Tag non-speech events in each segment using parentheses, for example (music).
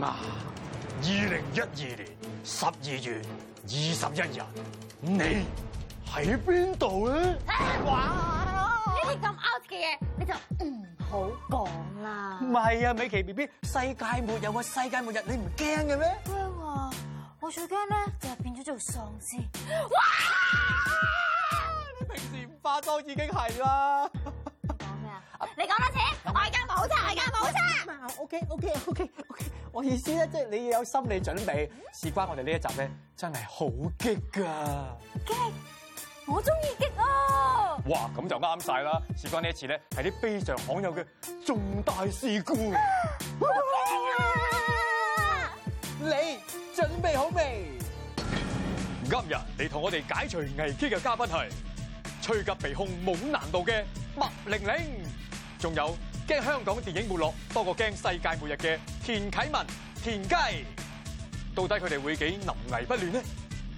啊一二年十二月二十一日，你喺邊度咧？呢啲咁 out 嘅嘢，你就唔好講啦。唔係啊，美琪 B B，世界末日啊，世界末日，你唔驚嘅咩？驚啊！我最驚咧就係變咗做喪屍。你平時唔化妝已經係啦。你講咩啊？你講多次，我而家冇擦，我而家冇擦。 O K O K O K O K，我意思咧，即係你要有心理準備。事關我哋呢一集咧，真係好激㗎。我中意激啊！哇，咁就啱晒啦！事關呢一次咧，係啲非常罕有嘅重大事故。 (laughs) 你準備好未？今日你同我哋解除危機嘅嘉賓係吹及鼻控冇難度嘅麥玲玲，仲有驚香港電影沒落多過驚世界末日嘅田啟文、田雞，到底佢哋會幾臨危不亂呢？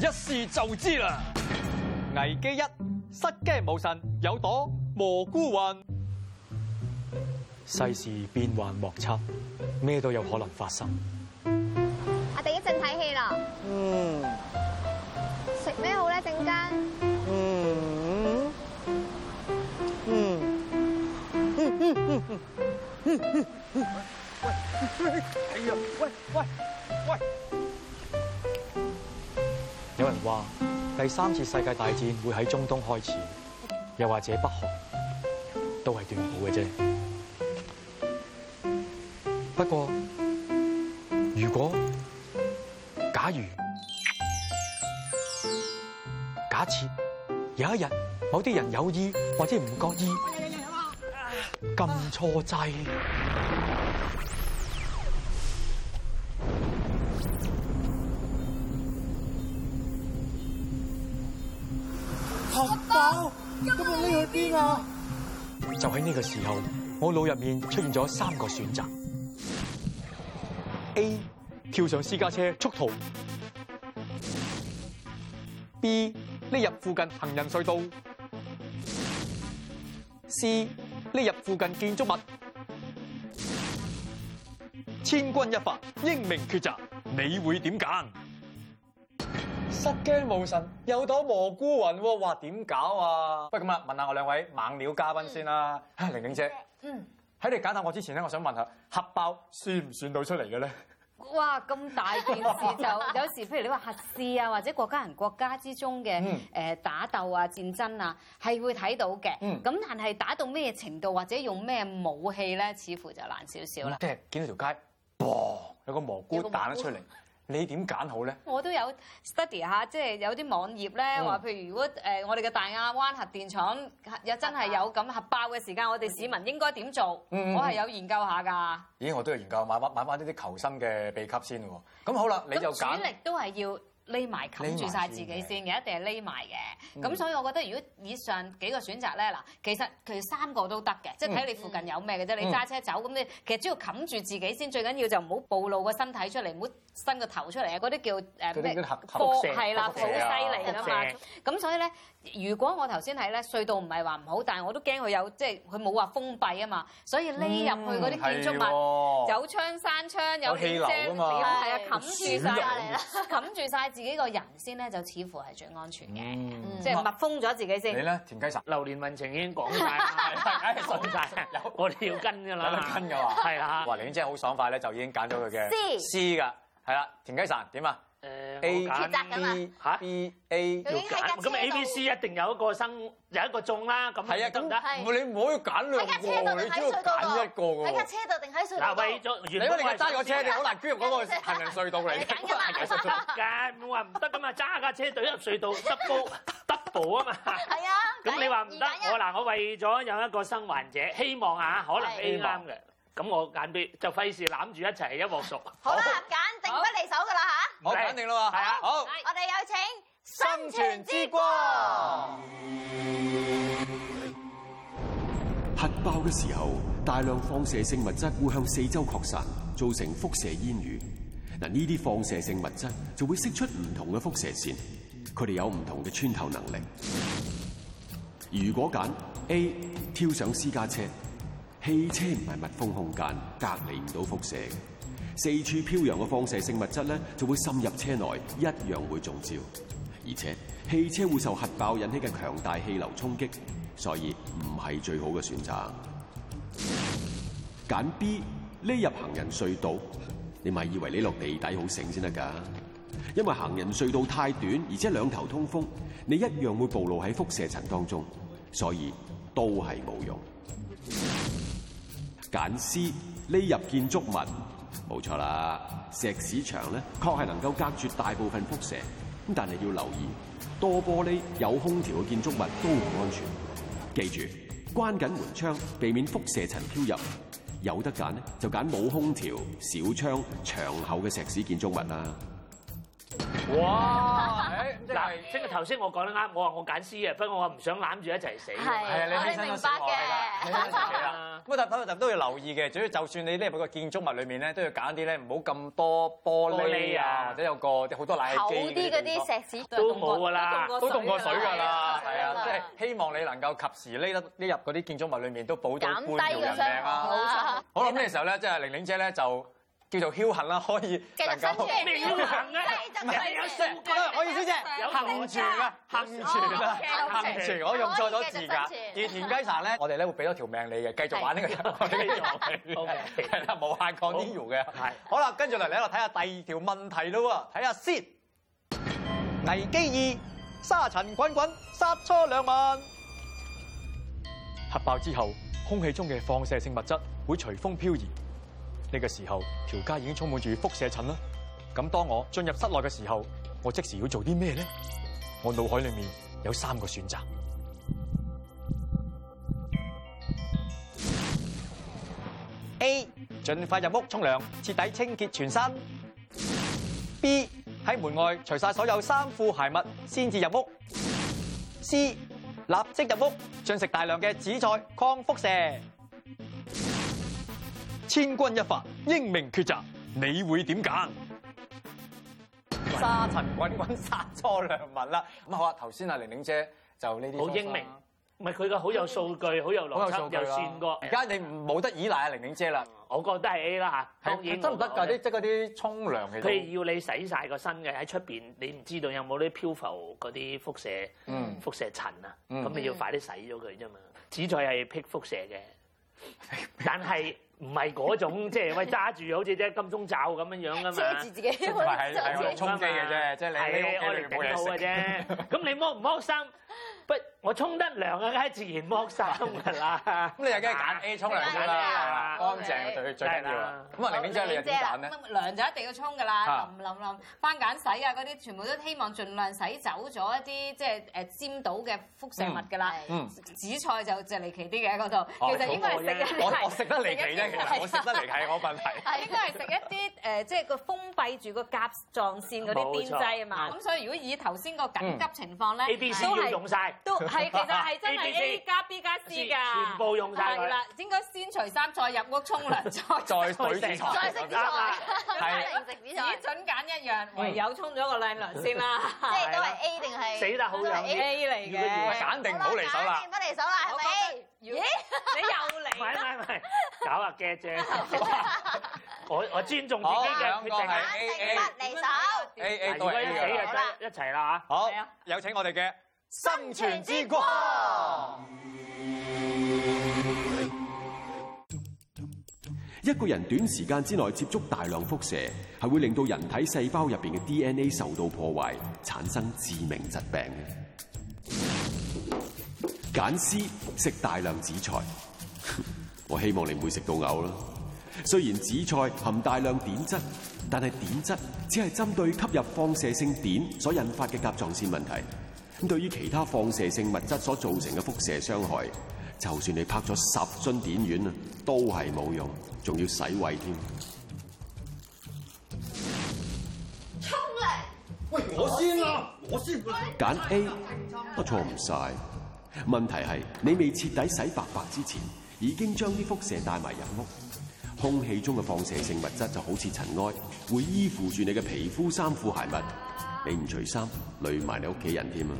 一試就知啦！危機一，失驚無神，有朵蘑菇雲。世事變幻莫測，咩都有可能發生。啊我哋一陣睇戲啦，嗯食咩好咧？陣間嗯嗯哎呀，喂喂喂！有人話第三次世界大戰會喺中東開始，又或者北韓，都係斷估嘅啫。不過，如果假如假設有一日某啲人有意或者唔覺意撳錯掣。紅包，今日呢去邊啊？就喺呢個時候，我腦入面出現咗三個選擇：A 跳上私家車速逃；B 匿入附近行人隧道；C 匿入附近建築物。千鈞一髮，英明抉擇，你會點揀？失驚無神，有朵蘑菇雲喎，哇點搞啊？不如咁啦，問下我兩位猛料嘉賓先啦。唉玲玲姐，嗯，喺你揀答我之前咧，我想問下，核爆算唔算到出嚟嘅咧？哇！咁大 (laughs) 件事就有時，譬如你話核試啊，或者國家人國家之中嘅嗯誒打鬥啊、戰爭啊，係會睇到嘅。咁、嗯但係打到咩程度或者用咩武器咧，似乎就難少少啦。即係見到條街，砰有個蘑菇有個蘑菇彈咗出嚟，你點揀好咧？我都有 study 下，即係有啲網頁嗯咧話，譬如如果誒我哋嘅大亞灣核電廠有真係有咁核爆嘅時間，我哋市民應該點做？啊嗯嗯嗯我係有研究下㗎。咦，我都要研究買翻買翻呢啲求生嘅秘笈先喎。咁好啦，你就咁主揀力都係要匿埋冚住晒自己先嘅，一定係匿埋嗯嘅。咁、所以我覺得，如果以上幾個選擇咧，嗱，其實其實三個都得嘅，即係嗯睇你附近有咩嘅啫。你揸車走咁，你其實只要冚住自己先，最緊要就唔好暴露個身體出嚟，唔好伸個頭出嚟啊！嗰啲叫嗰誒啲咩啲核科輻射，係啦，好輻犀射啊利啊嘛輻射。咁所以咧，如果我頭先睇咧，隧道唔係話唔好，但係我都驚佢有即係佢冇話封閉啊嘛，所以匿嗯入去嗰啲建築物。哦物有窗山窗，有有氣流啊嘛簾係啊，係冚住晒冚住晒自己個人先咧，就似乎係最安全嘅，嗯嗯即係密封咗自己你先。咧，田雞神榴蓮運程已經講晒啦，係係講晒，我哋要跟㗎有得啦，跟㗎嘛？係啦。哇，玲姐好爽快咧，就已經揀咗佢嘅 C C 㗎，係啦，田雞神點啊？誒 A 我揀抉擇緊啊 B 嚇 B A 究竟喺架車咁 A、B、度 C 一定有一個生有一個中啦，咁 à, 係啊，得唔得？咁唔你唔可以揀兩喺架車度個，你定只喺要隧道揀一個度？嘅喺架喎。車度定喺隧道嗱，度？為咗你原因為本你我係揸咗車，你好難捐入嗰個 (laughs) 係行人隧道嚟你嘅揀㗎嘛行人隧道。嘅，冇話唔得㗎嘛，揸架車隊入隧道 double double 啊嘛。係啊。咁你話唔得，二揀一我嗱我為咗有一個生還者，希望啊，可能係 A 啱嘅，咁我揀 B 就費事攬住一齊一鑊熟。好啦，揀定不離手㗎啦吓，好，肯定啦嘛。係啊好，我哋有請生存之光。核爆嘅時候，大量放射性物質會向四周擴散，造成輻射煙雨。嗱，呢啲放射性物質就會釋出唔同嘅輻射線，佢哋有唔同嘅穿透能力。如果揀 A 跳上私家車，汽車唔係密封空間，隔離唔到輻射嘅。四處飄揚嘅放射性物質咧就會滲入車內，一樣會中招。而且汽車會受核爆引起嘅強大氣流衝擊，所以唔係最好嘅選擇。揀 B，匿入行人隧道。你咪以為你落地底好醒先得㗎？因為行人隧道太短，而且兩頭通風，你一樣會暴露喺輻射層當中，所以都係冇用。揀 C，匿入建築物，冇錯啦。石屎牆咧，確係能夠隔絕大部分輻射，咁但係要留意，多玻璃有空調嘅建築物都唔安全。記住，關緊門窗，避免輻射塵飄入。有得揀咧，就揀冇空調、小窗、牆厚嘅石屎建築物啦。哇！誒，即係嗱，即係頭先我講得啱，我話我揀 C 嘅，不過我唔想攬住一齊死。 (laughs) 係係啊，你我犧哋牲明咗小愛白㗎，嘅。係啦。咁啊，但但都要留意嘅，主要就算你匿入個建築物裏面咧，都要揀啲咧唔好咁多玻玻璃璃啊啊，或者有個好多冷氣機厚啲嗰地方啲石屎，都冇㗎啦凍過都凍過水㗎啦，係係啊啊，即係希望你能夠及時匿得匿入嗰啲建築物裏面，都保到減半低嘅條人命傷害！啊啦。好啦，咁呢個時候咧，即係玲玲姐咧就叫做僥倖啦，可以繼能續生夠存，咩要行啊繼續生有存數據啊我意思即係有幸存啊，幸存哦啊，幸，OK，存，我用錯咗字可以繼續生。㗎存而田雞茶咧，我哋咧會俾多條命你嘅，繼續玩呢個遊戲， OK 係啦，無限 continue 嘅。係好啦，跟住嚟咧，我睇下第二條問題咯喎，睇下先。危機二，沙塵滾滾，殺錯兩萬。核爆之後，空氣中嘅放射性物質會隨風漂移。呢個時候，條街已經充滿住輻射塵啦。咁當我進入室內嘅時候，我即時要做啲咩呢？我腦海裡面有三個選擇。 A 盡快入屋沖涼，徹底清潔全身。B 喺門外除晒所有衫褲鞋襪先至入屋。C 立即入屋，進食大量嘅紫菜抗輻射。千鈞一髮，英明抉擇，你會點揀？沙塵滾滾殺錯良民啦！咁好啊，頭先啊玲玲姐就呢啲好英明唔係佢個好有數據，好有好邏有數輯，據又啦算過。而家你唔冇得依賴啊玲玲姐啦，我覺得係 A 啦嚇，當然係得唔得㗎？我覺啲即係嗰啲沖涼其佢實係要你洗晒個身嘅喺出邊，你唔知道有冇啲漂浮嗰啲輻射、嗯輻射塵啊，嗯咁你要快啲洗咗佢啫嘛。紫菜係辟輻 (laughs) 射嘅，但係唔係嗰種即係喂揸住好似隻金鐘罩咁樣樣噶嘛。遮住自己，都係喺我有哋用充啊嘛機嘅啫，即係你你係我屋企裏哋面冇頂好嘅嘢食。啫。咁你剝唔剝衫？不，我沖得涼啊，梗係自然剝衫㗎啦。 (laughs) 咁你啊又梗係揀 A 沖涼係先啦，啦乾淨最最緊要啦。咁啊，玲玲姐你又點揀咧？涼就一定要沖㗎啦，啊淋淋淋，番梘洗啊嗰啲，全部都希望盡量洗走咗一啲即係誒沾到嘅輻射物㗎啦。嗯，紫菜就就離奇啲嘅嗰度，哦其實應該係食啊我我食得離奇 (laughs) 啫，其實我食得離奇係我 (laughs) 問題。係應該啊係食一啲誒、呃即係個封閉住個甲狀腺嗰啲冇邊錯劑啊嘛。啱咁所以如果以頭先個緊急情況咧， A、B、C 都要係用晒，都係其實係真 A B 係 C A 加 B 加 C 㗎，全部用晒佢係啦，應該先除衫，再入屋沖涼，再再懟紫再菜，食紫啱啊菜， (laughs) 再食紫只菜，準揀一樣，嗯唯有沖咗個靚涼先 (laughs) 啦。即係都係 A 定係死得好有都係 A 啲。 A 嚟喂嘅，揀定唔好離手啦。不離手啦，係我咪覺？得，咦，你又唔係唔嚟啦？係唔係，搞下嘅啫。我我尊重自己好，嘅兩決個係定。 A A 不離手。 A 嗱 A 如都果係一 A 起嘅啦。就啦得一齊啦好係啊，有請我哋嘅生存之光。一個人短時間之內接觸大量輻射，係會令到人體細胞入邊嘅 DNA 受到破壞，產生致命疾病嘅。揀 C 食大量紫菜，我希望你唔會食到嘔啦。雖然紫菜含大量碘質，但係碘質只係針對吸入放射性碘所引發嘅甲狀腺問題。咁對於其他放射性物質所造成嘅輻射傷害，就算你拍咗十樽碘丸啊，都係冇用，仲要洗胃添。揀 A，我錯唔晒。問題係你未徹底洗白白之前，已經將啲輻射帶埋入屋。空氣中嘅放射性物質就好似塵埃，會依附住你嘅皮膚、衫褲、鞋襪。你唔除衫，累埋你屋企人添啊！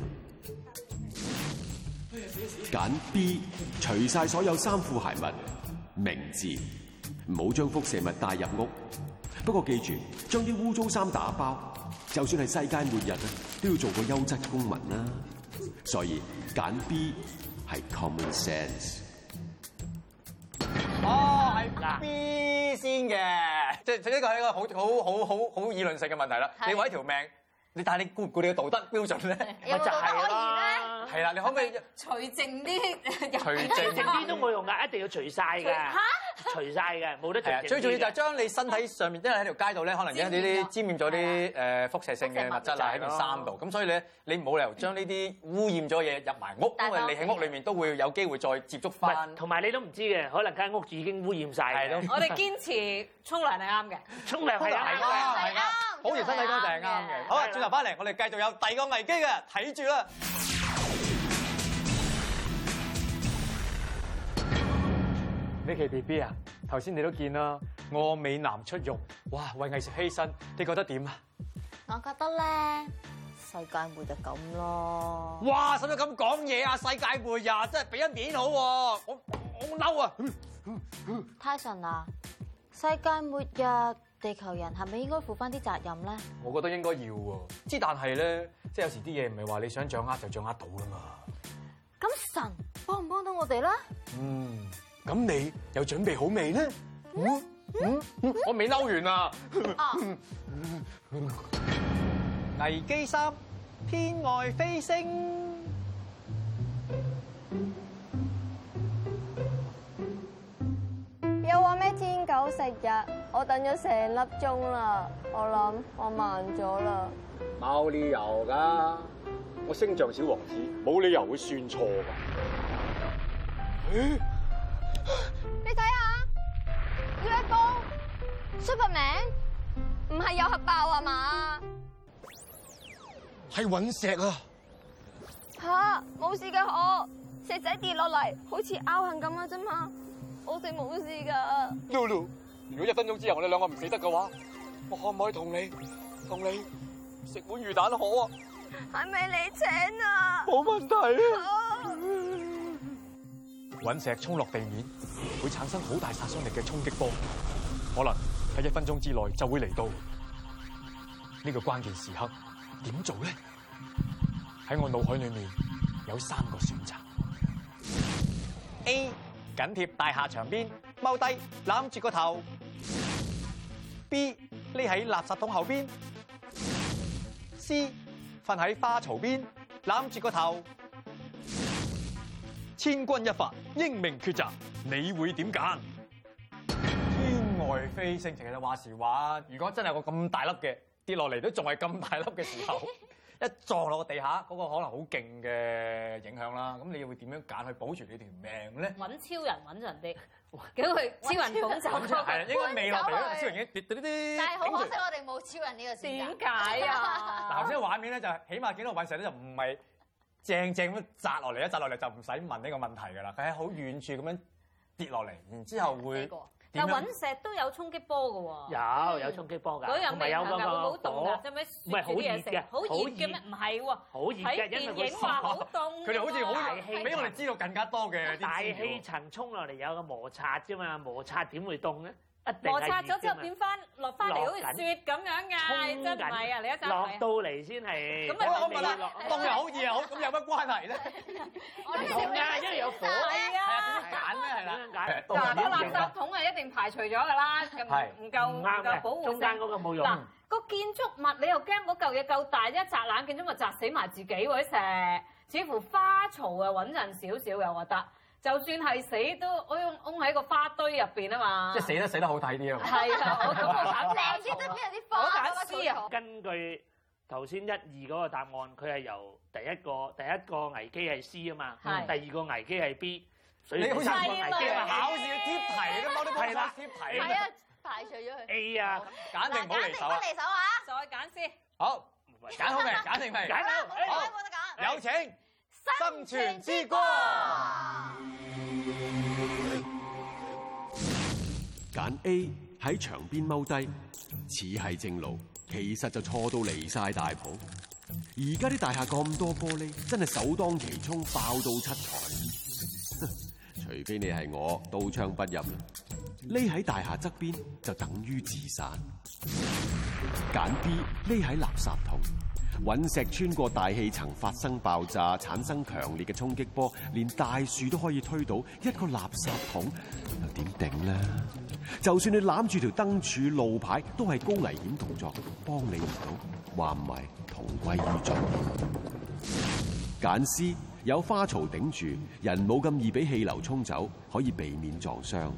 揀 B，除晒所有衫褲鞋襪，明智，唔好將輻射物帶入屋。不過記住，將啲污糟衫打包，就算係世界末日啊，都要做個優質公民啦。所以揀 B 係 common sense。哦，係 B 先嘅，即係呢個係一個好好好好好議論性嘅問題啦。係你為一條命，你但係你顧唔顧你嘅道德標準 (laughs) 咧？啊有冇道德可言咧？係啦，你可唔可以除淨啲除人淨呢啲都冇用㗎，一定要除晒㗎，除晒㗎，冇得除係啊，淨啲嘅。最重要就係將你身體上面，因為喺條街度咧，可能有啲啲沾染咗啲誒 Dạ. 輻射性嘅物質啦喺件衫度，咁所以咧你冇理由將呢啲污染咗嘢入埋屋，因為你喺屋裏面都會有機會再接觸唔係翻。同埋你都唔知嘅，可能間屋已經污染係晒嘅。咯 (laughs) 我哋堅持沖涼係啱嘅。沖涼係係啱啊嘅。係啊，保持身體乾淨係啱嘅。好啊，轉頭翻嚟，我哋繼續有第二個危機嘅，睇住啦。Vicky B B 啊，頭先你都見啦，我美男出浴，哇，為藝術犧牲，你覺得點啊？我覺得咧，世界末日咁咯。哇！使唔使咁講嘢啊？世界末日真係俾一面好喎、我我嬲啊！ Tyson 啊，世界末日，地球人係咪應該負翻啲責任咧？我覺得應該要喎、之但係咧，即係有時啲嘢唔係話你想掌握就掌握到噶嘛。咁神幫唔幫到我哋咧？嗯，咁你又準備好未咧？嗯嗯，我未嬲完啊！ (laughs) 嗯危機三，天外飛星。又話咩天狗食日，我等咗成粒鐘啦，我諗我慢咗啦。冇理由噶，我星象小王子冇理由會算錯噶。你睇下，UFO、Superman，唔係有核爆啊嘛？係隕石啊！吓，冇事嘅我，石仔跌落嚟，好似拗痕咁啊啫嘛，我哋冇事噶。 Lulu，如果一分鐘之後我哋兩個唔死得嘅話，我可唔可以同你同你食碗魚蛋河啊？係咪你請啊？冇問題啊！好隕石衝落地面會產生好大殺傷力嘅衝擊波，可能喺一分鐘之內就會嚟到。呢個關鍵時刻點做咧？喺我腦海裏面有三個選擇。 A 緊貼大廈牆邊，踎低攬住個頭；B 匿喺垃圾桶後邊；C 瞓喺花槽邊攬住個頭。千鈞一髮，英明抉擇，你會點揀？ (laughs) 天外飛星，其實話時話，如果真係我咁大粒嘅跌落嚟都仲係咁大粒嘅時候，一撞落個地下，嗰、個可能好勁嘅影響啦。咁你會點樣揀去保住你條命咧？揾超人揾人哋，叫佢超人捧走係啦，佢。應該未落地搬走啦，佢雖然已經跌到呢啲。但係好可惜，我哋冇超人呢個選擇點。解 (laughs) 啊？嗱，頭先嘅畫面咧就係起碼見到隕石咧就唔係正正咁砸落嚟，一砸落嚟就唔使問呢個問題㗎啦。佢喺好遠處咁樣跌落嚟，然之後會但點樣？隕石都有衝擊波嘅喎。有有衝擊波㗎，嗰樣同埋未有行㗎，嗰會個好凍㗎，火，使咪雪唔係好住啲嘢熱食嘅好熱好嘅咩熱？唔係喎，好睇熱嘅，因為電佢影話好火凍㗎喎。佢哋好似好大氣比我哋知道更加多嘅啲資料大氣層衝落嚟有個摩擦啫嘛，摩擦點會凍咧？一定係摩擦咗之後熱㗎嘛變翻落翻嚟，好似雪咁樣㗎，衝緊真唔係啊！你一陣落睇到嚟先係。咁咪好啦，我未問啦落，凍又好熱又好，咁有乜關係咧？唔同㗎，因為有火。係啊，揀咧係點啦，樣解？嗱嗱個咁垃圾桶係一定排除咗㗎啦，咁係唔夠唔唔啱夠保嘅，護中間性。嗰個冇用。嗱個建築物你又驚嗰嚿嘢夠大，一砸爛建築物砸死埋自己喎啲石，似乎花槽啊穩陣少少嘅，我覺得。就算係死都，我用擁喺個花堆入邊啊嘛。即係死得死得好睇啲啊！係啦，我咁我揀花你知槽得啊邊有啲我花啊揀絲啊，根據頭先一二嗰個答案，佢係由第一個第一個危機係 C 啊嘛，係第二個危機係 B，所以你好似第三係個係啦危機係考試嘅貼題咁，我都幫你係啦貼係題啦，啊，排除咗佢。 A 啊，揀定唔好離手嗱揀！定唔啊好離手啊！再揀先。好，唔係揀好未？揀定未？揀啦冇得好揀，冇得揀。有請生存之光。揀 A 喺牆邊踎低，似係正路，其實就錯到離晒大譜。而家啲大廈咁多玻璃，真係首當其衝，爆到七彩。除非你係我，刀槍不入啦。匿喺大廈側邊就等於自殺。揀 B，匿喺垃圾桶。隕石穿過大氣層發生爆炸，產生強烈嘅衝擊波，連大樹都可以推倒，一個垃圾桶又點頂呢？就算你攬住條燈柱路牌，都係高危險動作，幫你唔到，話唔係同歸於盡。揀 C，有花槽頂住，人冇咁易俾氣流沖走，可以避免撞傷。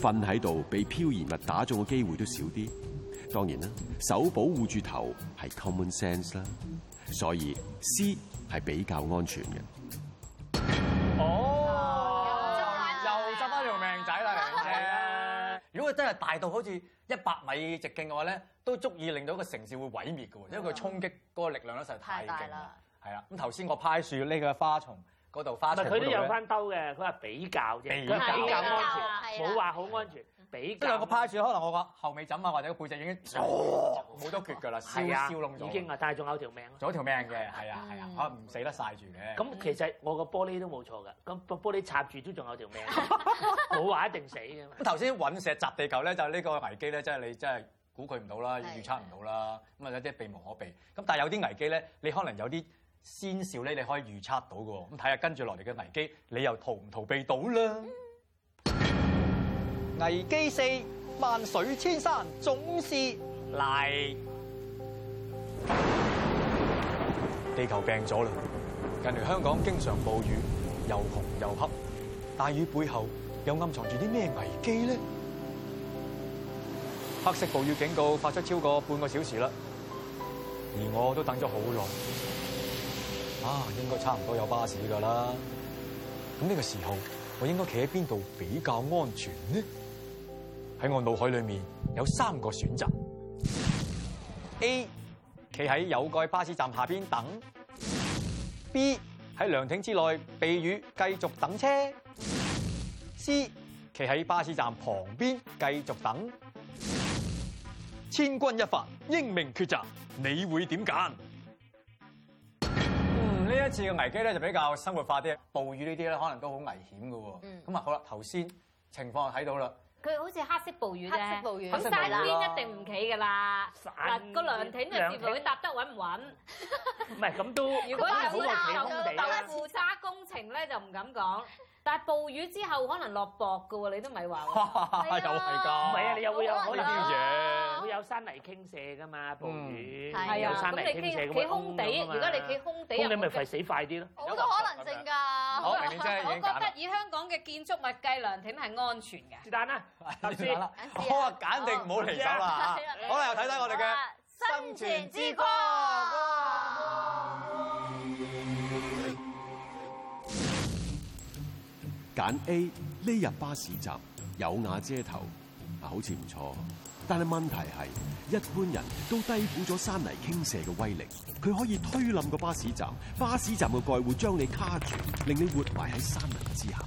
瞓喺度被飄移物打中嘅機會都少啲。當然啦，手保護住頭係 common sense 啦，所以 C 係比較安全嘅。哦，又執翻條命仔啦，姐。如果佢真係大到好似一百米直徑嘅話咧，都足以令到一個城市會毀滅嗯嘅喎，因為佢衝擊嗰個力量咧實在太太大勁啦啦。係啦，咁頭先我派樹呢個花叢嗰度花唔叢係嗰度佢都有咧，翻兜嘅，佢話比較啫，比佢較話比較安比全，較冇話好安全，比即較兩個派樹可能我個後尾枕啊或者個背脊已經 (laughs) 冇咗橛㗎啦，燒係啊燒窿咗，已經啊，嗯但係仲有條命咯。仲有條命嘅，係啊係啊，可能唔死得晒住嘅。咁其實我個玻璃都冇錯㗎，咁個玻璃插住都仲有條命，冇話一定死嘅嘛。咁頭先隕石砸地球咧，就呢個危機咧，即係你真係估佢唔到啦，係預測唔到啦，咁啊有啲避無可避。咁但係有啲危機咧，你可能有啲先兆咧，你可以預測到嘅喎。咁睇下跟住落嚟嘅危機，你又逃唔逃避到啦？危機四，萬水千山總是嚟。地球病咗啦，近年香港經常暴雨，又紅又黑。大雨背後又暗藏住啲咩危機咧？黑色暴雨警告發出超過半個小時啦，而我都等咗好耐。啊，應該差唔多有巴士㗎啦。咁呢個時候，我應該企喺邊度比較安全呢？喺我腦海裏面有三個選擇：A，企喺有蓋巴士站下邊等；B，喺涼亭之內避雨繼續等車。C 企喺巴士站旁邊繼續等。千鈞一髮，英明抉擇，你會點揀？嗯，呢一次嘅危機咧就比較生活化啲，暴雨呢啲咧可能都好危險嘅喎。咁啊、嗯好啦，頭先情況就睇到啦， (laughs) 佢好似黑色暴雨啫，黑色暴雨咁黑色暴雨山啦邊一定唔企㗎啦。散嗱，個涼亭就視乎佢搭得穩唔穩。唔係咁都，如果咁有好過企鬧空地到啦。負揸工程咧，就唔敢講。但係暴雨之後可能落雹㗎喎，你都咪話喎。又係唔㗎，係啊，你又會有好可可呢能能啊啲會有山泥傾瀉㗎嘛，暴雨嗯係啊有啊，山泥咁你傾企瀉咁企樣啊空地，㗎嘛如果你企空地，咁你咪費死快啲咯。好多可能性㗎。好明年真係我已經覺揀啦得以香港嘅建築物計涼亭係安全嘅。是但啦，係 (laughs) 先啦，等先我話揀定唔好離手 (laughs) 哎啦啊嚇。啊好啦，又睇睇我哋啊嘅。生存之光。揀 A 匿入巴士站，有瓦遮頭，啊好似唔錯。但係問題係，一般人都低估咗山泥傾瀉嘅威力。佢可以推冧個巴士站，巴士站嘅蓋會將你卡住，令你活埋喺山泥之下。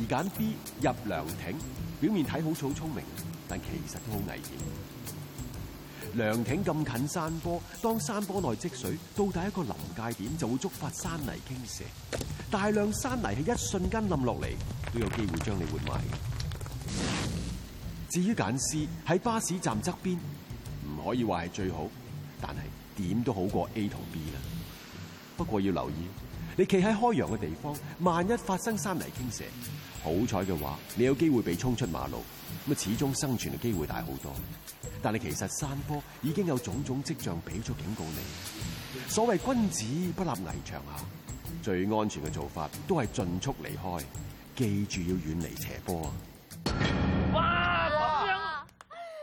而揀 B 入涼亭，表面睇好似好聰明，但其實都好危險。涼亭咁近山坡，當山坡內積水，到達一個臨界點就會觸發山泥傾瀉。大量山泥喺一瞬間冧落嚟，都有機會將你活埋嘅。至於揀 C 喺巴士站側邊，唔可以話係最好，但係點都好過 A 同 B 啦。不過要留意，你企喺開揚嘅地方，萬一發生山泥傾瀉，好彩嘅話，你有機會被衝出馬路，咁啊始終生存嘅機會大好多。但係其實山坡已經有種種跡象俾咗警告你。所謂君子不立危牆下，最安全嘅做法都係盡速離開，記住要遠離斜坡啊！哇咁樣，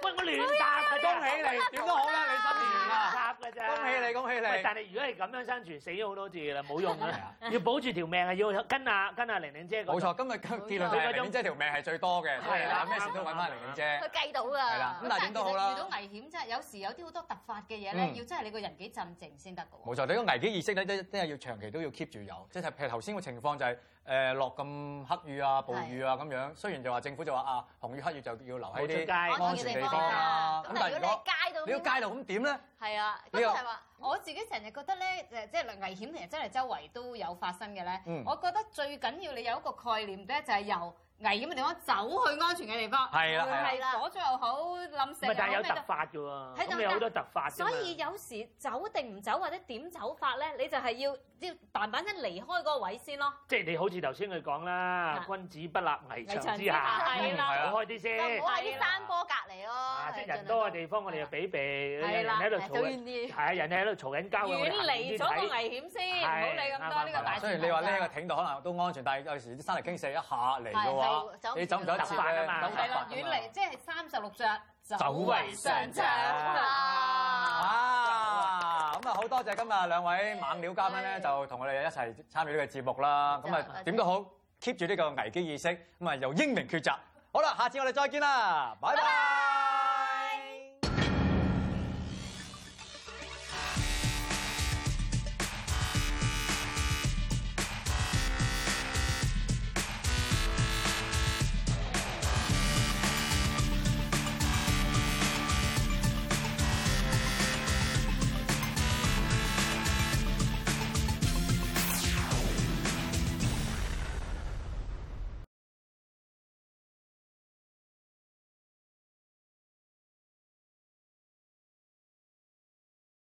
喂我亂答嘅恭啫，喜你，點都好啦，你啊新年啦！答嘅啫，恭喜你，恭喜喂，你！但係如果係咁樣生存，死咗好多次㗎啦，冇用㗎啦，要保住條命啊，要跟阿跟阿玲玲姐冇嗰種錯，今日嘅結論就係玲玲姐條命係最多嘅，所以係啊啦咩事都揾翻玲玲姐。佢計到㗎。係啦咁但係啊點都好啦其實遇到危險啫，有時有啲好多突發嘅嘢咧，嗯要真係你個人幾鎮靜先得㗎喎。冇錯，你個危機意識咧，真真係要長期都要 keep 住有。即係譬如頭先個情況就係誒落咁黑雨啊、暴雨啊咁樣。雖然就話政府就話啊，紅雨黑雨就要留喺冇出街啲安安全全地地方方啦啦。咁咁但但係係如果你喺街度，如果你喺街度咁點咧？係啊，咁你又就係話我我自己成日覺得咧，誒即係危險其實真係周圍都有發生嘅咧。嗯我覺得最緊要你有一個概念咧，就係由危險嘅地方走去安全嘅地方。係啦無論係係火災又好，冧石咪又但係好咩有都突發嘅喎，喺度咁你有好多突發㗎嘛所以有時走定唔走或者點走法咧，你就係要要彈板聲離開嗰個位先咯。即係你好似頭先佢講啦，啊君子不立危危牆牆之之下，下係啦嗯開啲先就唔。好喺啲山坡隔離咯啊！，即係人多嘅地方，我哋就避避，係人啦喺度誒嘈走遠緊，啲。係啊，人哋喺度嘈緊交嘅，我遠哋行遠離啲咗個睇。危險先，唔好理咁多呢個大前提啊。雖然你話呢個艇度可能都安全，但係有時啲山泥傾瀉一下嚟嘅係係話走，唔你走唔走得切咧？走走唔切係唔切啦，遠離即係三十六着，走為上走策為啊啊！咁啊，好多謝今日兩位猛料嘉賓咧，係就同我哋一齊參與呢個節目啦。咁多啊，謝點都好 keep 住呢個危機意識，咁啊又英明抉擇。好啦，下次我哋再見啦，拜拜。